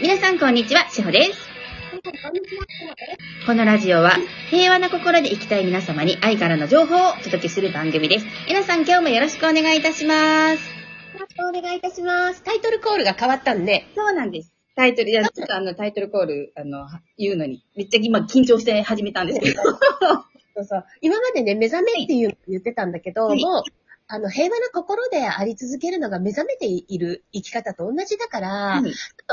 皆さんこんにちは、しほです。このラジオは平和な心で生きたい皆様に愛からの情報をお届けする番組です。皆さん今日もよろしくお願いいたします。お願いいたします。タイトルコールが変わったんで、そうなんです。タイトル、いや、ちょっとあの、タイトルコール、あの、言うのに、めっちゃ今緊張して始めたんですけど。そうそう今までね、目覚めっていうのを言ってたんだけど、はいもう、あの、平和な心であり続けるのが目覚めている生き方と同じだから、はいちょ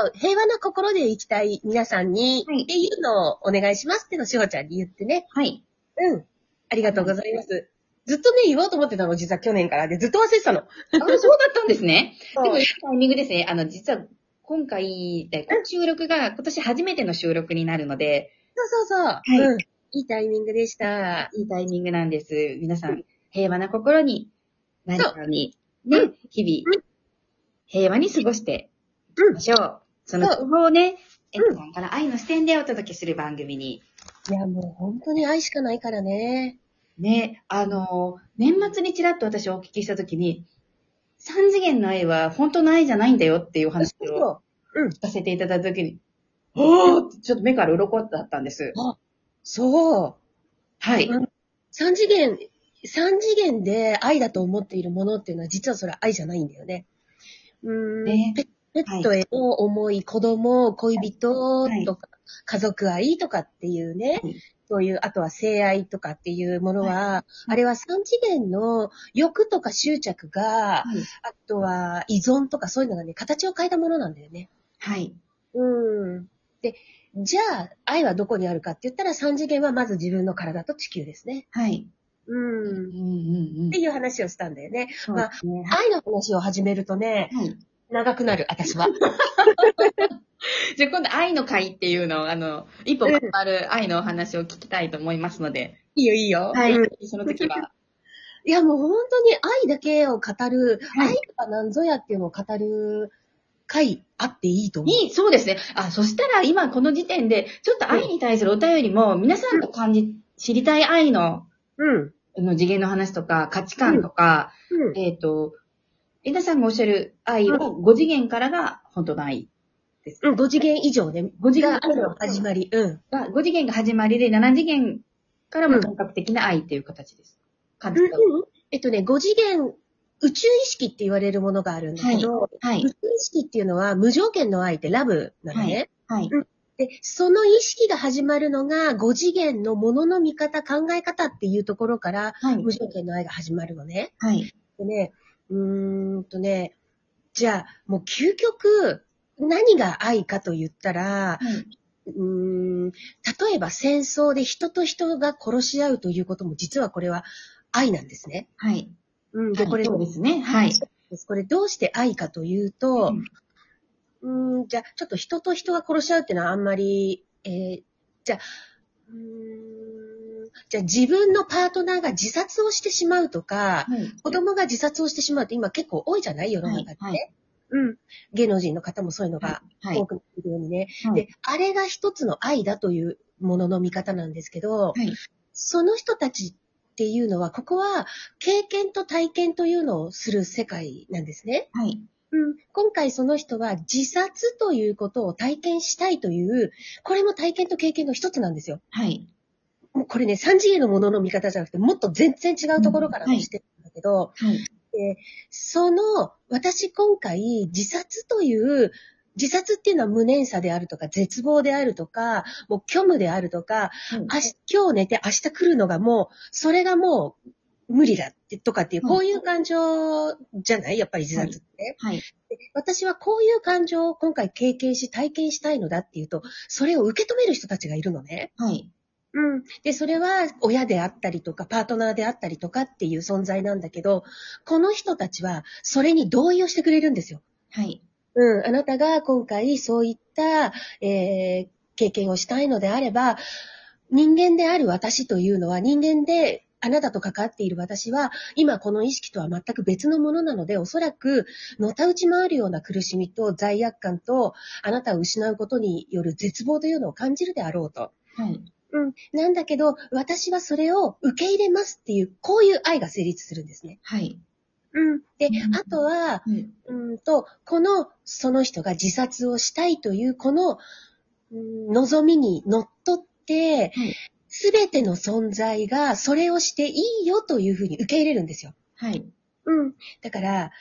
っと平和な心で生きたい皆さんに、はいっていうのをお願いしますってのしほちゃんに言ってね。はい。うん。ありがとうございます。ずっとね、言おうと思ってたの、実は去年からで、ずっと忘れてたの。あ、そうだったんですね。でもでいいタイミングですね。あの、実は今回で、この収録が今年初めての収録になるので、そうそうそう。いうん。いいタイミングでした。いいタイミングなんです。皆さん、平和な心に、何かに、ねう、日う々、平和に過ごしていきましょう。そのそ情報をね、えうんっさんから愛の視点でお届けする番組に、いや、もう本当に愛しかないからね。ね、あの、年末にちらっと私お聞きしたときに、三次元の愛は本当の愛じゃないんだよっていうお話をそう。させていただいたときに、おーってちょっと目から鱗だったんです。そう。はい。うん三次元、三次元で愛だと思っているものっていうのは実はそれは愛じゃないんだよね。うーん、ねペペットへの思い、子供、恋人とか、家族愛とかっていうねはい、そういう、あとは性愛とかっていうものは、あれは三次元の欲とか執着はが、いあとは依存とかそういうのがね、形を変えたものなんだよね。はい。うん。で、じゃあ、愛はどこにあるかって言ったら三次元はまず自分の体と地球ですね。はい。ううんん。うんうんって。いう話をしたんだよね。そうですね愛の話を始めるとね、はい。長くなる、私は。じゃあ今度愛の会っていうのを、あの、一歩変わる愛のお話を聞きたいと思いますので、いいよ、いいよはいうん。その時は。いや、もう本当に愛だけを語る、はい愛とは何ぞやっていうのを語る回あっていいと思う。いい、そうですね。あ、そしたら今この時点で、ちょっと愛に対するお便りも、皆さんが感じ、知りたい愛の、うん。の次元の話とか、価値観とか、うん。えっ、と、皆さんがおっしゃる愛は5次元からが本当の愛。うん、5次元以上ね。 5次が元愛の始まり。うん。が、5次元が始まりで、7次元からも本格的な愛っていう形です。感じた。えっとね、5次元、宇宙意識って言われるものがあるんだけど、はい宇。宙意識っていうのは無条件の愛ってラブなのね。はい。で、その意識が始まるのが、5次元のものの見方、考え方っていうところから、はい無。条件の愛が始まるのね。はい。でね、うーんとね、じゃあ、もう究極、何が愛かと言ったはら、い。うーん、例えば戦争で人と人が殺し合うということも、実はこれは愛なんですね。はい。うん、で、これ、そうですね。はい。これどうして愛かといううと、んうーん、じゃあ、ちょっと人と人が殺し合うっていうのはあんまり、えー、じゃあ、うーん、じゃあ自分のパートナーが自殺をしてしまうとか、はい。子供が自殺をしてしまうって今結構多いじゃない世の中って、はいはうん。芸能人の方もそういうのがはい。多くなっているようにね。はいで、あれが一つの愛だというものの見方なんですけど、はいその人たちっていうのは、ここは経験と体験というのをする世界なんですね。はい。うん、今回その人は自殺ということを体験したいという、これも体験と経験の一つなんですよ。はい。もうこれね、三次元のものの見方じゃなくて、もっと全然違うところからうんはいしてるんだけど、はい。その、私今回自殺という、自殺っていうのは無念さであるとか、絶望であるとか、もう虚無であるとか、明日、今日寝て明日来るのがもう、それがもう無理だってとかっていう、うんこういう感情じゃないやっぱり自殺って。はい。私はこういう感情を今回経験し体験したいのだっていうと、それを受け止める人たちがいるのね。はい。うん。で、それは親であったりとか、パートナーであったりとかっていう存在なんだけど、この人たちはそれに同意をしてくれるんですよ。はい。うん。あなたが今回そういった、えー、経験をしたいのであれば、人間である私というのは人間で、あなたと関わっている私は、今この意識とは全く別のものなので、おそらく、のたうち回るような苦しみと罪悪感と、あなたを失うことによる絶望というのを感じるであろうと。はい。うん。なんだけど、私はそれを受け入れますっていう、こういう愛が成立するんですね。はい。うん。でう、んあとは、はい。うんと、この、その人が自殺をしたいという、この、うん望みにのっとってはい、すべての存在が、それをしていいよというふうに受け入れるんですよ。はい。うん。だから、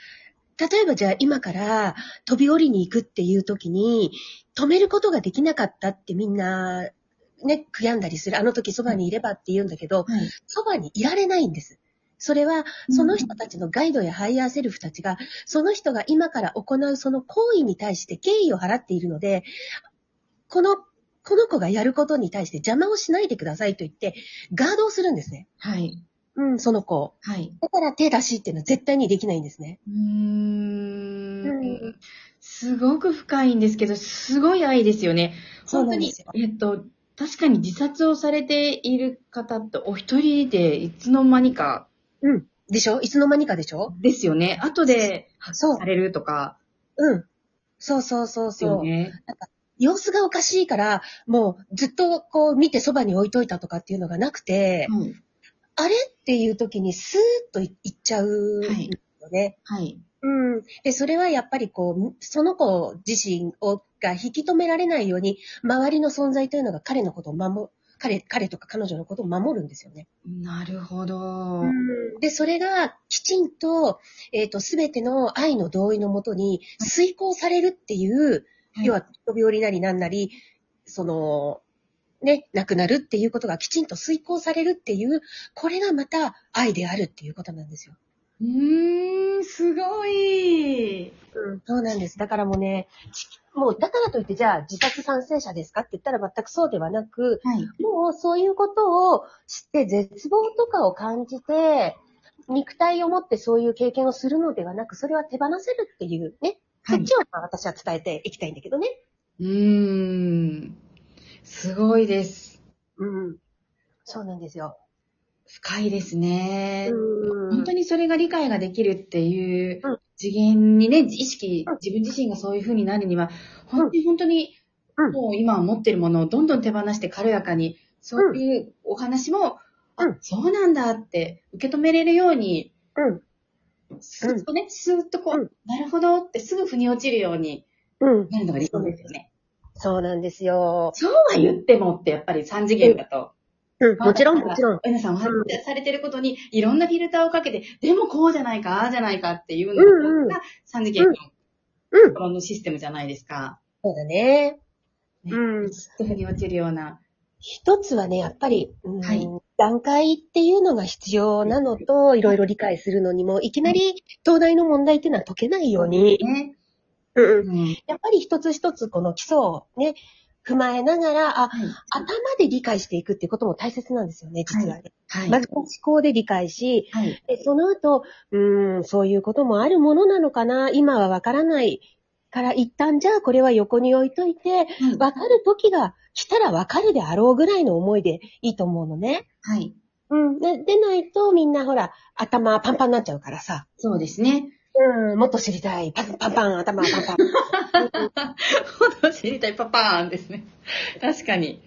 例えばじゃあ今から飛び降りに行くっていう時に、止めることができなかったってみんな、ね、悔やんだりする。あの時そばにいればって言うんだけど、はい。そばにいられないんです。それは、その人たちのガイドやハイヤーセルフたちが、その人が今から行うその行為に対して敬意を払っているので、この、この子がやることに対して邪魔をしないでくださいと言って、ガードをするんですね。はい。うん、その子を。はい。だから手出しっていうのは絶対にできないんですね。うー。うんすごく深いんですけど、すごい愛ですよね。そう本な当んでにすよ、えっと、確かに自殺をされている方ってお一人でいつの間にかうん。でしょいつの間にかでしょですよね。後でそうさ。れるとか、うん。そうそうそうですそう。よね。様子がおかしいから、もうずっとこう見てそばに置いといたとかっていうのがなくて、はい。あれっていう時にスーッといっちゃうはいよね。はい。うん。で、それはやっぱりこう、その子自身をが引き止められないように、周りの存在というのが彼のことを守、彼、彼とか彼女のことを守るんですよね。なるほど。で、それがきちんと、えっ、と、すべての愛の同意のもとに遂行されるっていう、はい要は飛び降りなりなんなり、その、ね、亡くなるっていうことがきちんと遂行されるっていう、これがまた愛であるっていうことなんですよ。うーん、すごい。うん、そうなんです。だからもうね、ちもうだからといってじゃあ自殺賛成者ですかって言ったら全くそうではなく、はい。もうそういうことを知って絶望とかを感じて、肉体を持ってそういう経験をするのではなく、それは手放せるっていうね、はそいっちをまあ私は伝えていきたいんだけどね。うーん。すごいです。うん。そうなんですよ。深いですね。本本当にそれが理解ができるっていううん次元にね、意識うん、自分自身がそういう風になるには、本当に本当にうん、もう今持ってるものをどんどん手放して軽やかに、そういうお話も、うあん、そうなんだって受け止めれるように、うん。スーッとね、スーッとこうんう、なるほどってすぐ腑に落ちるようにうん。なるのが理想ですよね。そうなんですよ。そうは言ってもってやっぱり3次元だと。うん。もちろん、もちろん。皆さんお話うしされてることに、いろんなフィルターをかけて、でもこうじゃないか、ああじゃないかっていううんうんのが、三次元のうん。心のシステムじゃないですか。そうだね。ねうん。そういうふうに落ちるような。一つはね、やっぱり、うんはい段階っていうのが必要なのと、いろいろ理解するのにも、いきなり東大の問題っていうのは解けないように、ね。うんうん。はい。やっぱり一つ一つこの基礎をね、踏まえながら、あ、頭で理解していくっていうことも大切なんですよね、実はね。はい。まず思考で理解し、はい。で、その後、うーん、そういうこともあるものなのかな、今はわからないから、一旦じゃあこれは横に置いといて、わかる時が来たらわかるであろうぐらいの思いでいいと思うのね。はい。うん。で、でないとみんなほら、頭パンパンになっちゃうからさ。そうですね。 うん、もっと知りたい。パンパンパン、頭パンパン。本当知りたいパパーンです ね。確かに。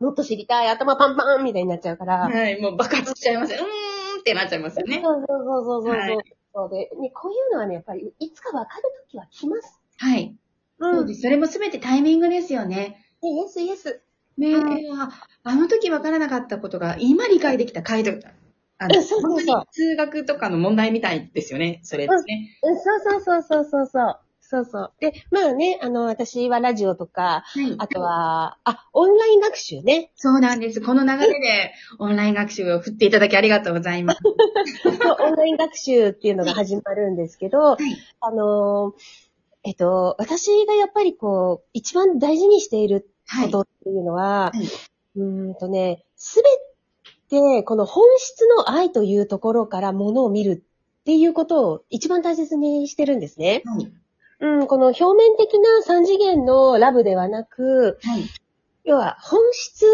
もっと知りたい、頭パンパンみたいになっちゃうから。はい。もう爆発しちゃいます。うーんってなっちゃいますよね。そうそうそうそうそう。はいそうで、ね、こういうのはね、やっぱり、いつかわかる時は来ます。はい。そうです。それもすべてタイミングですよね。ねイエスイエス。ねえ、はいああの時分からなかったことが、今理解できた回答。あのうんそうそうそ本う当に数学とかの問題みたいですよね、それですね。うんそうそうそうそうそうそう。そうそう。で、まあね、あの、私はラジオとか、はいあとは、あ、オンライン学習ね。そうなんです。この流れでオンライン学習を振っていただきありがとうございます。そうオンライン学習っていうのが始まるんですけど、いあの、えっと、私がやっぱりこう、一番大事にしているはことっていうのはは、いはいうーんとね、すべて、この本質の愛というところからものを見るっていうことを一番大切にしてるんですね。はい。うん、この表面的な三次元のラブではなく、はい。要は本質、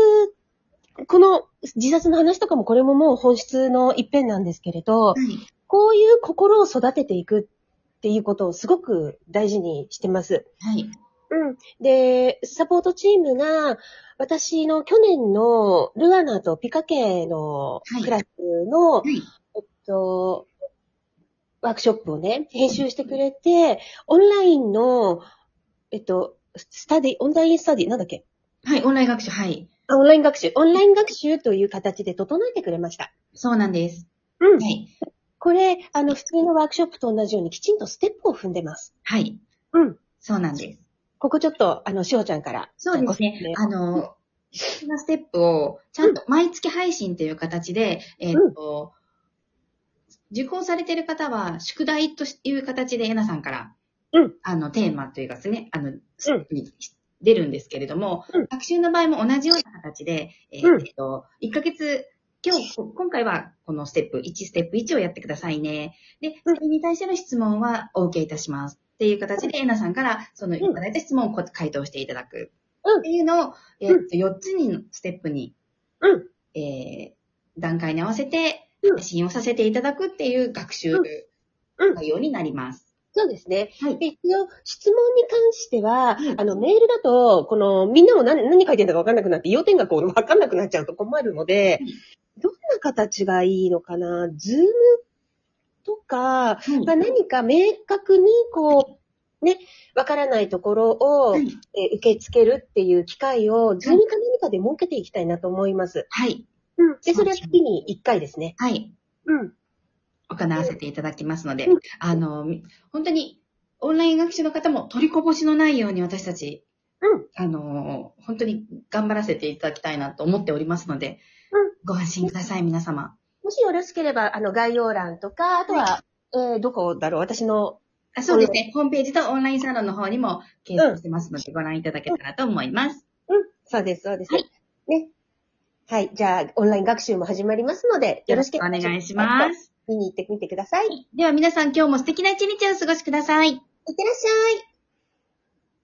この自殺の話とかもこれももう本質の一辺なんですけれど、はい。こういう心を育てていくっていうことをすごく大事にしてます。はい。うん。で、サポートチームが、私の去年のルアナとピカケのクラスの、はい。えっと、ワークショップをね、編集してくれて、オンラインの、えっと、スタディ、オンラインスタディ、なんだっけはい、オンライン学習、はい。あオンライン学習、オンライン学習という形で整えてくれました。そうなんです。うんはい。これ、あの、普通のワークショップと同じようにきちんとステップを踏んでます。はい。うん。そうなんです。ここちょっと、あの、しおちゃんから。そうですね。あの、そんなステップを、ちゃんと毎月配信という形で、えっ、と、受講されている方は、宿題という形で、えなさんから、うんあの、テーマというかですね、あの、ステップに出るんですけれども、うん学習の場合も同じような形で、えっ、うんと、1ヶ月、今日、こ今回はこのステップ1、ステップ1をやってくださいね。で、うそんれに対しての質問はお受けいたします。っていう形で、えなさんから、その、いただいた質問をこ回答していただく。うんっていうのを、えっと、4つのステップに、うんえー段階に合わせて、うん配信をさせていただくっていう学習うんうん内容になります。そうですね。はいで、一応、質問に関してはは、いあの、メールだと、この、みんなも何、何書いてんだか分かんなくなって、要点がこう、分かんなくなっちゃうと困るので、はいどんな形がいいのかなズームとか、はい。まあ、何か明確に、こう、ね、分からないところを、はいえー受け付けるっていう機会を、ズームか何かで設けていきたいなと思います。はい。うん。で、そそうれではすね月に1回ですね。はい。うん。行わせていただきますのでうん、あの、本当に、オンライン学習の方も取りこぼしのないように私たち、うんあの、本当に頑張らせていただきたいなと思っておりますので、うんご安心ください、皆様。もしよろしければ、あの、概要欄とか、あとは、えーどこだろう私の、あそうですね。ホームページとオンラインサロンの方にも掲載してますので、ご覧いただけたらと思います。うん、そうです、そうです。はいね。はい、じゃあ、オンライン学習も始まりますので、よよろろししけくれおば、願いしまちょっす。と見に行ってみてください。いっでは皆さん今日も素敵な一日をお過ごしください。てらっしゃい。